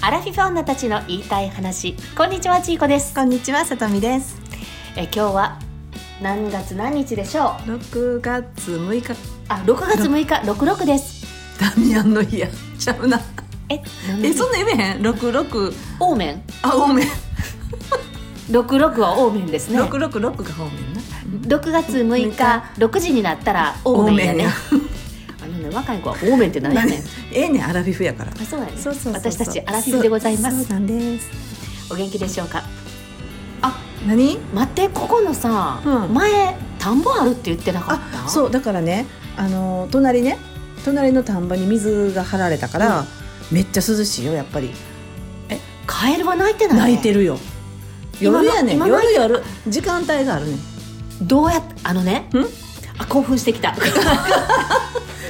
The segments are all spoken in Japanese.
ファウナたちの言いたい話こんにちはちいこですこんにちは、さとみです。え今日は何月何日でしょう六月六日、あ6月6日66ですダミアンの日や。ちゃうな。ええ、そんな夢へん。六六、オーメンあ、方面。 66はオーメンですね六 6, 六六が方面な。月6日6時になったらオーメンやねあのね若い子はオーメンって何やねん何ええねん、アラフィフやから。あそうやね私たちアラフィフでございまそうすなんです。お元気でしょうか何？待ってここのさ、うん前田んぼあるって言ってなかったあ、そうだからね、あの隣ね、隣の田んぼに水が張られたから、めっちゃ涼しいよやっぱり。カエルは鳴いてない泣いてるよ。今夜やねん。今泣い夜て夜時間帯があるねん。どうやっあのねんあ興奮してき た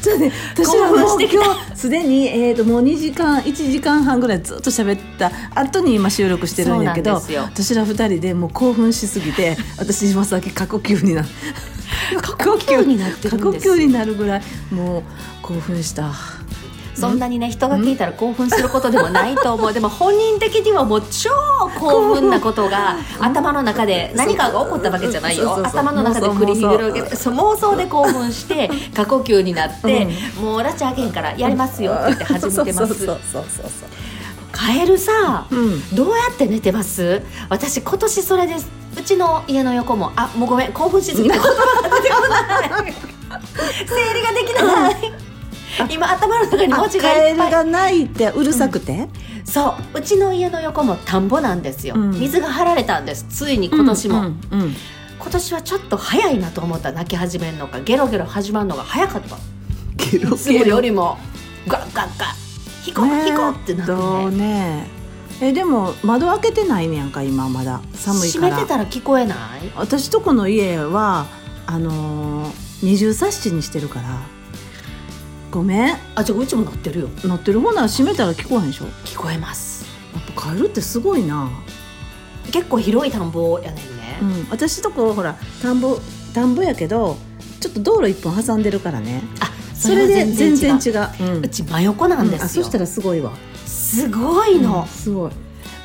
ちょっとね、私は興奮もしうてきた今日すでに、えー、ともう2時間1時間半ぐらいずっと喋った後に今収録してるんやけどそうなん私ら2人でもう興奮しすぎ て私今さっき過呼吸になる過呼急になってる過ん呼ですよ吸になるぐらいもう興奮したそんなにね人が聞いたら興奮することでもないと思うでも本人的にはもう超興奮なことが頭の中で何かが起こったわけじゃないよそうそうそう頭の中で繰り広げ妄るそう妄想で興奮して過呼吸になって、もう拉致あけへんからやりますよって言って始めてまそうそうすそうそうそうカエルさそううんどうやって寝てます私今年それですうちの家の横もあもうごめん興奮しすぎて言葉が出てこない整理ができない今頭の中に文字がカいっエルぱいがないってうるさくて、そううちの家の横も田んぼなんですよ、うん水が張られたんですついに今年も、うんうんうん今年はちょっと早いなと思った泣き始めるのかゲロゲロ始まるのが早かったゲロいつもゲロよりもガッガッガッヒコねヒコってなって、どうね、ねえでも窓開けてないねやんか今まだ寒い閉からめてたら聞こえない私とこの家はあのー二重冊子にしてるからごめんあじゃあうちも鳴ってるよ乗ってるほな閉めたら聞こえへんでしょや聞こえますっぱカエルってすごいな、結構広い田んぼやねんね、うん、私とこほら田んぼ田んぼやけどちょっと道路一本挟んでるからねあそれで全然う違う、うんうち真横なんでうんあすよ、そしたらすごいわすごいうんの、すごい、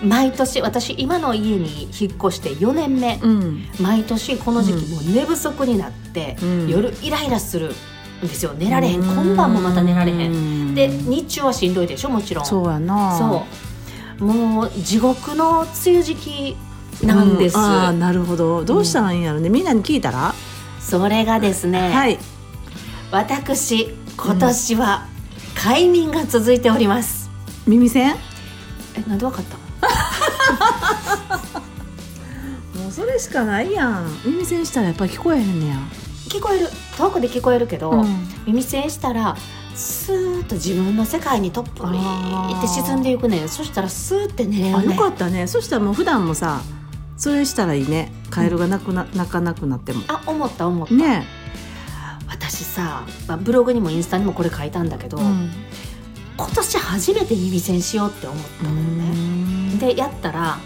毎年私今の家に引っ越して4年目、うん、毎年この時う期もう寝不足になって、うん夜イライラするんですよ寝られへん今晩もまた寝られへんんで日中はしんどいでしょもちろんそうやなそうもう地獄の梅雨時期なんです、うああなるほどどうしたらいいんやろね、みんなに聞いたら、それがですね、はい私今年は快眠が続いております、耳栓えなんでわかったもうそれしかないやん耳栓したらやっぱり聞こえへんねや聞こえる遠くで聞こえるけど、うん耳栓したらスーッと自分の世界にとっぷりって沈んでいくねんそしたらスーッて寝れあるよねかったねそしたらもう普段もさそれしたらいいねカエルがなくな、泣かなくなってもあ思った思った、ね私さ、まあ、ブログにもインスタにもこれ書いたんだけど、えうん今年初めて耳栓しようって思ったのよね、でやったら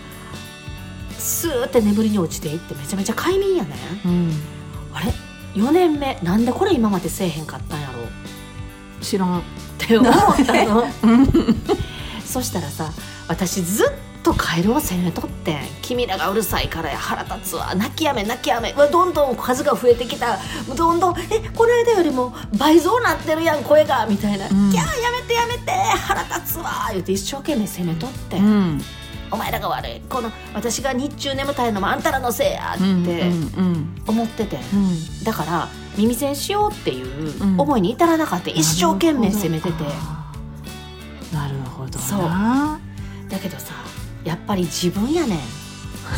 スーッて眠りに落ちていってめちゃめちゃ快眠やねんうんあれ4年目なんでこれ今までせえへんかったんやろう知らんって思ったのうんそしたらさ私ずっとカエルを攻めとってん君らがうるさいからや腹立つわ泣きやめ泣きやめうわどんどん数が増えてきたどんどんえこの間よりも倍増なってるやん声がみたいな、うんキャーやめてやめて腹立つわ言って一生懸命攻めとってん、うんお前らが悪いこの私が日中眠たいのもあんたらのせいやうんってうん思っててんうんだから耳栓しようっていううん思いに至らなかった、一生懸命攻めてて。なるほどそうなだけどさやっぱり自分やねん わ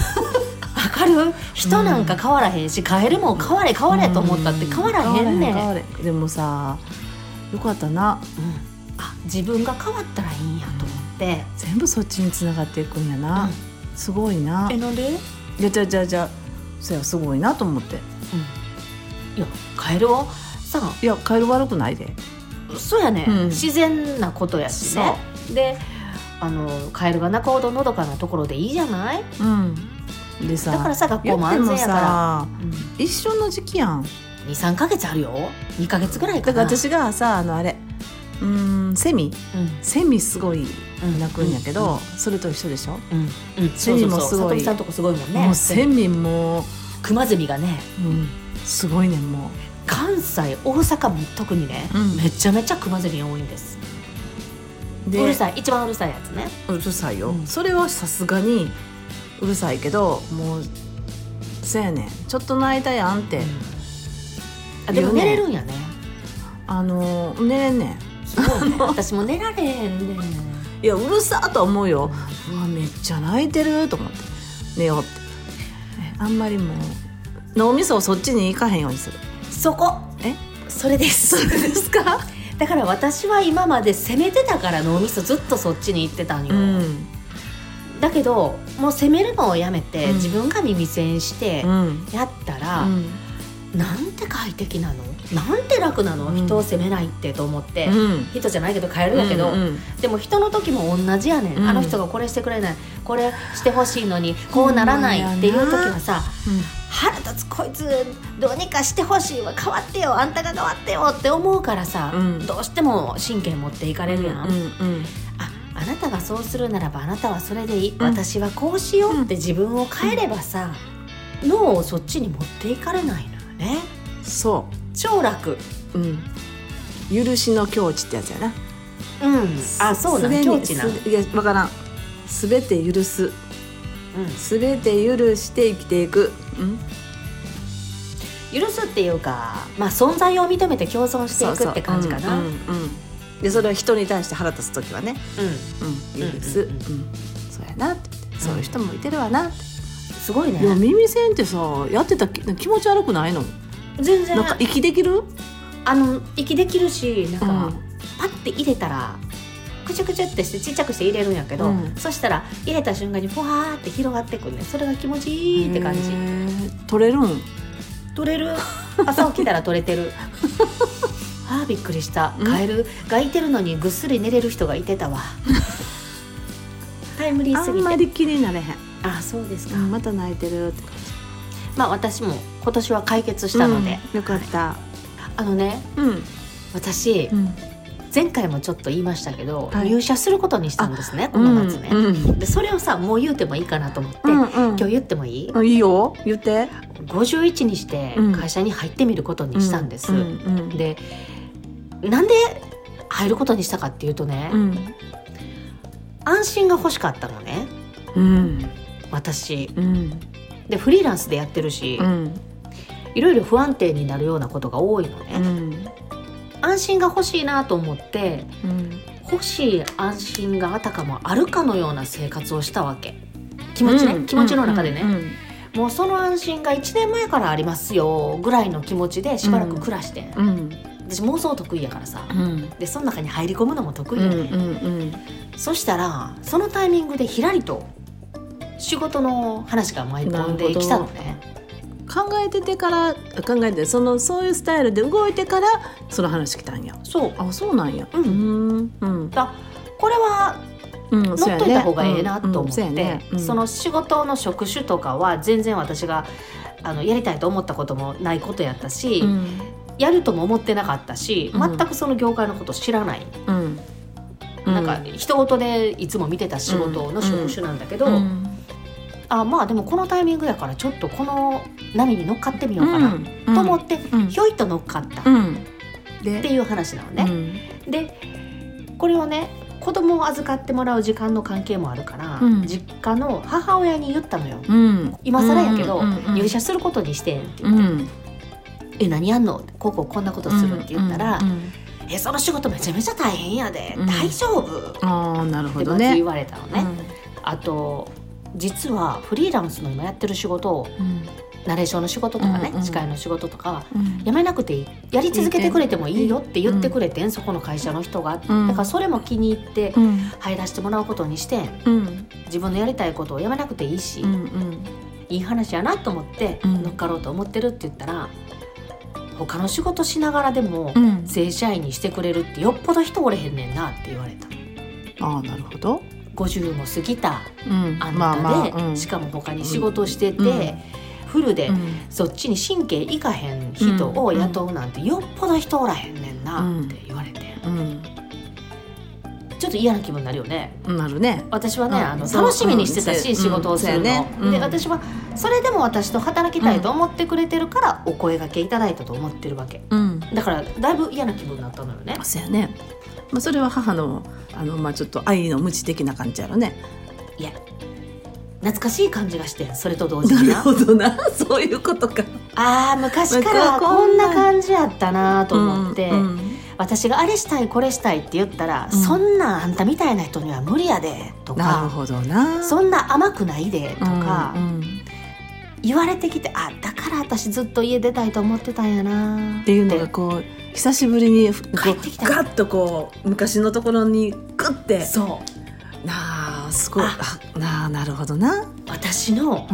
かる人なんか変わらへんし、変えるもん変われ変われと思ったって変わらへんねん、変うんわらへ変わらへんでもさよかったなあ自分が変わったらいいんやと思って、全部そっちに繋がっていくんやな、うんすごいなえなんで、うん、いじゃじゃじゃじゃそやすごいなと思ってや変えるをさいやカエル悪くないでそうやね、うんん、自然なことやしねであのカエルが中ほどのどかなところでいいじゃないうんでさだからさ学言校もって安も全やかさら、うん、一緒の時期やん23か月あるよ2か月ぐらいかだかなら私がさあのあれうーんセミうんセミすごいうん鳴くんやけど、それと一緒でしょ、うんうんセミもすそうそうそうご里い見さんとこすごいもんねもうセミもクマゼミがねう、うん、すごいねんも関西大阪も特にね、うんめちゃめちゃクマゼミ多いんですうでうるさい一番うるさいやつねうるさいよ、うんそれはさすがにうるさいけどもうせやねんちょっとの間やんって、あでもいい寝よねれるん やねあのー寝れんねんすごいね私も寝られへんねいやうるさーとは思うようわめっちゃ泣いてると思って寝ようってえあんまりもう脳みそをそっちに行かへんようにするそこえそれですそれですか だから私は今まで攻めてたから脳みそずっとそっちに行ってたんよ、うんだけどもう攻めるのをやめて、うん自分が耳栓してうんやったら、うんなんて快適なのなんて楽なの、うん人を責めないってと思って、うん人じゃないけど変えるんだけど、うんうんでも人の時も同じやねん、うんあの人がこれしてくれないこれしてほしいのにこうならないっていう時はさ腹立つこいつどうにかしてほしいわ変わってよあんたが変わってよって思うからさ、うんどうしても神経持っていかれるやん、うんうんああなたがそうするならばあなたはそれでいい、ん私はこうしようって自分を変えればさ、脳をそっちに持っていかれないのよねそ超楽う、うん、許しの境地ってやつやなうんあそうなんすべに境地なん、うん、すいやわからんすべて許すすべて許して生きていく、うん、許すっていうか、まあ、存在を認めて共存していくって感じかなうんうんうんでそれは人に対して腹立つ時はねうんうん、許す、ううんうんんうんそうやなってそういう人もいてるわなって、すごいねいや耳栓ってさやってたっけなんか気持ち悪くないの全然なんか息できるあの息できるしなんか、うんパッて入れたらくちゃくちゃってしてちっちゃくして入れるんやけど、うんそしたら入れた瞬間にふわーって広がってくるねそれが気持ちいいって感じへー取れるん取れる朝起きたら取れてる あーびっくりしたうんカエルがいてるのにぐっすり寝れる人がいてたわタイムリーあすんぎまてり気になれへん、あそうですか、うんまた泣いてるって感まあ私も今年は解決したので、うんよかった、あのねうん私、うん前回もちょっと言いましたけど、はい入社することにしたんですねこの夏ね、うんうんでそれをさもう言うてもいいかなと思って、うん今うん日言ってもいい、あいいよ言って51にしてうん会社に入ってみることにしたんです、うんうんでなんで入ることにしたかっていうとね、うん安心が欲しかったのねうん私うんでフリーランスでやってるし、うんいろいろ不安定になるようなことが多いのうね、ん安心が欲しいなと思ってうん欲しい安心があたかもあるかのような生活をしたわけ気持ちね、うん気持ちの中でね、うんもうその安心が1年前からありますよぐらいの気持ちでしばらく暮らして、うんうん私妄想得意やからさうんでその中に入り込むのも得意うやね、んうんそしたらそのタイミングでひらりと仕事の話が舞い込んできたのね考えててから考えてそのそういうスタイルで動いてからその話来たんやそうあそうなんやうんんうんあこれはうん乗乗っといた方がええなと思って、そのの仕事の職種とかは全然私があのやりたいと思ったこともないことやったし、うんやるとも思ってなかったしう全んくその業界のこと知らない、うんなんか人事でいつも見てた仕事の職種なんだけど、あまあでもこのタイミングやからちょっとこの波に乗っかってみようかな、と思って、うんひょいと乗っかった、うっんでていう話なのね。でこれをね子供を預かってもらう時間の関係もあるから、うん実家の母親に言ったのよ。うん今更やけど、入社社することにしてんってう言ってん「え何やんの?」こうこうこんなことするって言ったら「うんうんえその仕事めちゃめちゃ大変やで、うん大丈夫?」ってああなるほまずどね言われたのね。あと実はフリーランスの今やってる仕事をうんナレーションの仕事とかね、うんうん司会の仕事とかはうんやめなくていいやり続けてくれてもいいよって言ってくれてん、そこの会社の人が、うんだからそれも気に入ってうん入らせてもらうことにしてうん自分のやりたいことをやめなくていいし、うんうんいい話やなと思ってうん乗っかろうと思ってるって言ったら他の仕事しながらでもうん正社員にしてくれるってよっぽど人おれへんねんなって言われたああなるほど50も過ぎたうんあまあまあんたうでんしかも他に仕事してて、うんフルで、うんそっちに神経いかへん人を雇うなんてよっぽど人おらへんねんなって言われて、うんちょっと嫌な気分になるよねなるね私はね、うんあのそう楽しみにしてたし、うん仕事をするの、そうやねうんで私はそれでも私と働きたいと思ってくれてるからお声掛けいただいたと思ってるわけうんだからだいぶ嫌な気分になったのよねそうやね、まあ、それは母のあの、まあ、ちょっと愛の無知的な感じやろねいや懐かしい感じがしてそれと同時になどな そういうことかあー昔から昔はここんんなな感じやったなと思って、うんうん私があれしたいこれしたいって言ったら、うんそんなあんたみたいな人には無理やでとなるかほどなそんな甘くないでとか、うんうんっ言われてきてあだから私ずっと家出たいと思ってたんやなっていうのがこう久しぶりにこう帰ってきたガッとこう昔のところにグッてそうなあすごいああなあなるほどな、私のう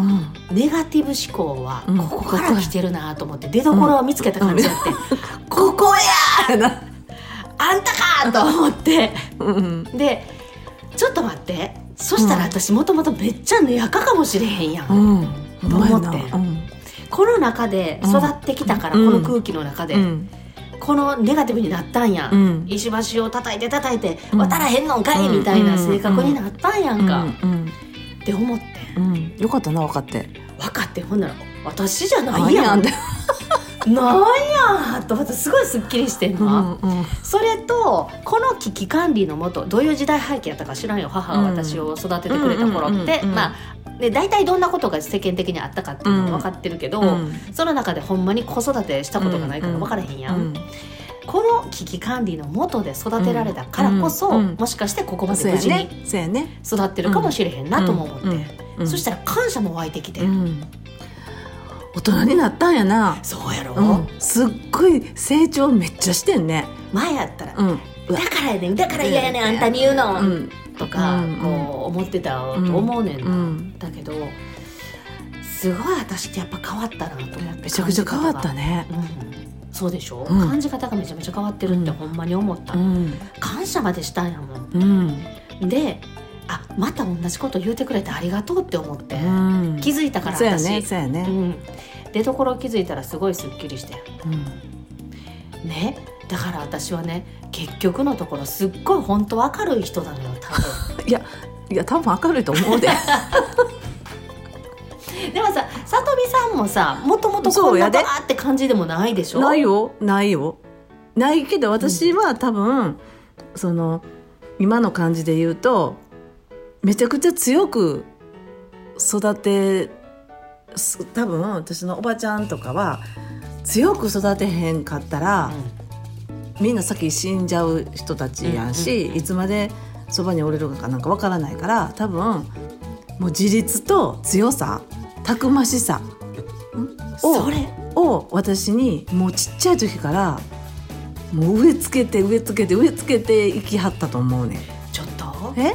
ん、ネガティブ思考はうんここから来てるなと思って出どころを見つけた感じやって、ここやあなあんたかと思ってうんでちょっと待ってそしたら私もともとめっちゃ根垢かもしれへんやん、うんどうやなうんこの中で育ってきたから、うんこの空気の中で、うんこのネガティブになったんや、うんん石橋を叩いて叩いてうん渡らへんのんかい、うんみたいな性格になったんやんか、うんって思ってうんうんよかったな分かって分かってほんなら私じゃなあいいいややんんだなんやんと思ってすごいすっきりしてんうな、んうんそれとこの危機管理のもとどういう時代背景やったか知らんよ母は私を育ててくれた頃うんうっんうんうんてうんまあで大体どんなことが世間的にあったかっていうのは分かってるけど、うんその中でほんまに子育てしたことがないから分からへんやん、この危機管理のもとで育てられたからこそ、うんうんうんもしかしてここうまんでそう無や事にねそうやね育ってるかもしれへんなとも思って、うんそしたら感謝も湧いてきて、うん大人になったんやなそうやろ、うんすっごい成長めっちゃしてんね前やったら、うんだからやねんだから嫌やねんあんたに言うの、うんとか、うんこう思ってたと思うねんな、だけどすごい私ってやっぱ変わったなと思ってめちゃくちゃ変わったね、ねうん、そうでしょ、うん感じ方がめちゃめちゃ変わってるってほんまに思った、うん感謝までしたんやもうんんであまた同じこと言うてくれてありがとうって思って、うん気づいたからそうや私ねそうやうねん、出所気づいたらすごいすっきりしてねだから私はね結局のところすっごい本当は明るい人なのよ多分。 いや多分明るいと思うででもさ、さとみさんもさ、もともとこそんうなやバでーって感じでもないでしょない。よないよないけど私は多分その今の感じで言うとめちゃくちゃ強く育てす多分私のおばちゃんとかは強く育てへんかったら、みんな先死んじゃう人たちやんし、うんうんうんいつまでそばにおれるかなんかわからないから多分もう自立と強さたくましさうん、おそれ、を私にもうちっちゃい時からもう植え付けて植え付けて植え付けていきはったと思うねんちょっと、え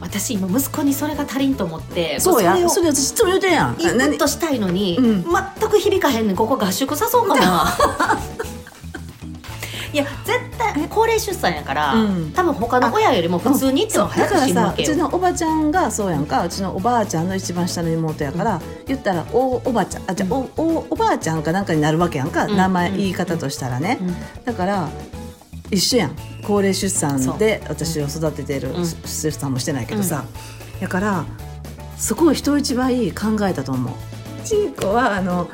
私今息子にそれが足りんと思って、そうやそれもうそれを私いつも言うてんやんインプッ何トしたいのに、うん全く響かへんねんここ合宿さそうか な。いや、絶対高齢出産やから、うん多分他の親よりも普通にいつもそう早だかくら死ぬわさけうちよ。のおばちゃんがそうやんかうちのおばあちゃんの一番下の妹やから、言ったらおおばあちゃんあじゃあおおおばあちゃんかなんかになるわけやんか、うん名前、うん言い方としたらね、うんだから一緒やん高齢出産で私を育ててる、うん出産もしてないけどさ、だからそこを人一倍考えたと思う。ちいこはあの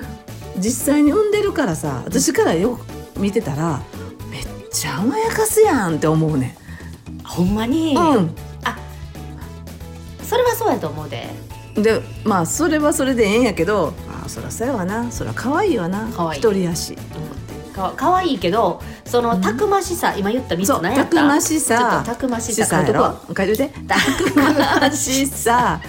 実際に産んでるからさ私からよく見てたらめっちゃ甘やかすやんって思うねほんまに、ん。それはそうやと思うで。うん、でまあそれはそれでええんやけどああそらそうやわなそら可愛いわな可愛い一人やし。かかわいいけどそのうんたくましさ、今言った3つそう何やたったくましちょっさとたくまししささ書いとやくろわ書いといてたくましさ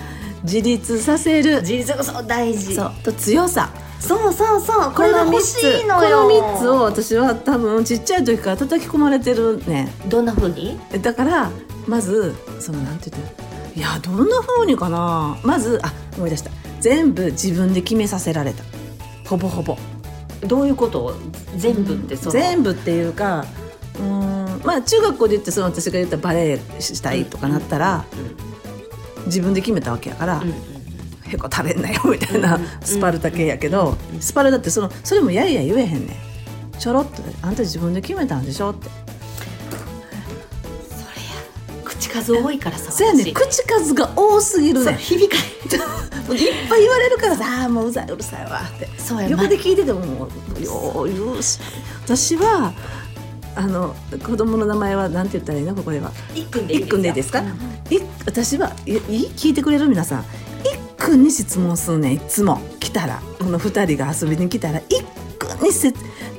自立させる自立こそ大事そうと強さそうそうそうここれのが3欲つしいのこよの3つを私は多分ちっちゃい時から叩き込まれてるねどんなふうにだからまずそのなんて言っていやどんな風にかなまずあ思い出した全部自分で決めさせられたほぼほぼどういうことを全部ってその全部っていうかうーんまあ中学校で言ってその私が言ったバレエしたいとかなったら、自分で決めたわけやかうら、んうんへこたれんなよみたいなうんスパルタ系やけどうんスパルタってそのそれもやいや言えへんねんちょろっと「あんた自分で決めたんでしょ」ってそれや口数多いからさそうやね私口数が多すぎるそねうん響かもういっぱい言われるからさあーもううざいうるさいわってそうや横で聞いててももうよう言うし私はあの子供の名前はなんて言ったらいいのここでは一君いっくんでいいですかうんい私はいい聞いてくれる皆さんいっくんに質問するねんいつも来たらこの2人が遊びに来たらいっくんにせ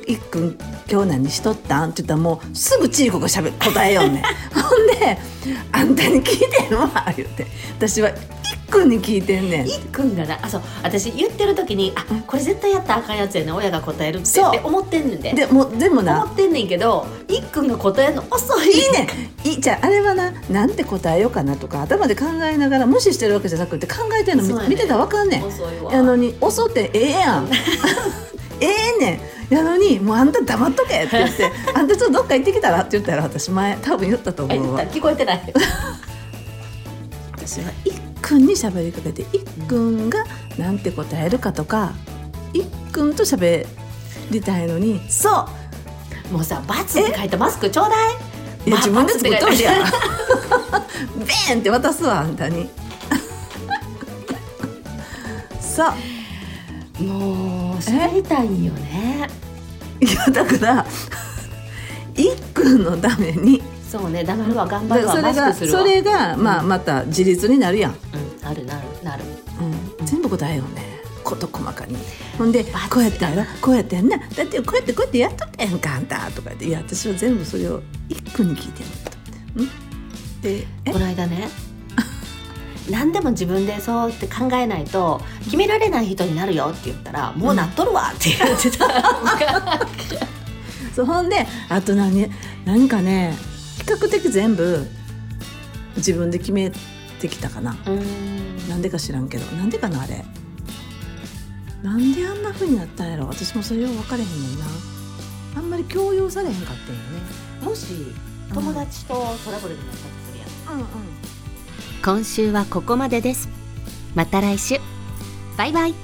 いっくん今日何しとったんって言ったらもうすぐちいこがしゃべ答えよ うねんほんで「あんたに聞いてんわ」言って私はいっくんに聞いてんねんいっくんがなあそう私言ってる時にあこれ絶対やったらあかんやつやな親が答えるってそうって思ってんねんででもでもな思ってんねんけどいっくんが答えるの遅いいいねいいじゃああれはななんて答えようかなとか頭で考えながら無視してるわけじゃなくて考えてるのそう見,、やね見てたらわかんねん遅いわやのに遅ってええや んええねんやのにもうあんた黙っとけって言 ってあんたちょっとどっか行ってきたらって言ったら私前多分言ったとあ言思うっわた聞こえてない私はいっくんに喋りかけていっくんがなんて答えるかとかいっくんと喋りたいのにそうもうさ「罰」って書いたマスクちょうだいいまやあ自分で作っとるじゃん。パ ベーンって渡すわあんたに。 さ あもう喋りたいんよねいやだからいっくんのためにそうね黙るわ頑張だるわそれマスがクするわそれが、まあ、うまた自立になるやん、うんあるなるなるうん、全部答えようね事細かにほんでバツこうやってやろこうやってやんなだってこうやってこうやってやっとったやんかあんたとか言っていや私は全部それをいっくんに聞いてるんでえこの間ね何でも自分でそうって考えないと決められない人になるよって言ったら「もうなっとるわ」って言ってたそうほんであと何何かね比較的全部自分で決めてきたかなうんなんでか知らんけどなんでかなあれなんであんな風になったんやろ私もそれを分かれへんねんなあんまり強要されへんかったんよねもし友達とトラブルになったとするやんうんうん今週はここまでですまた来週バイバイ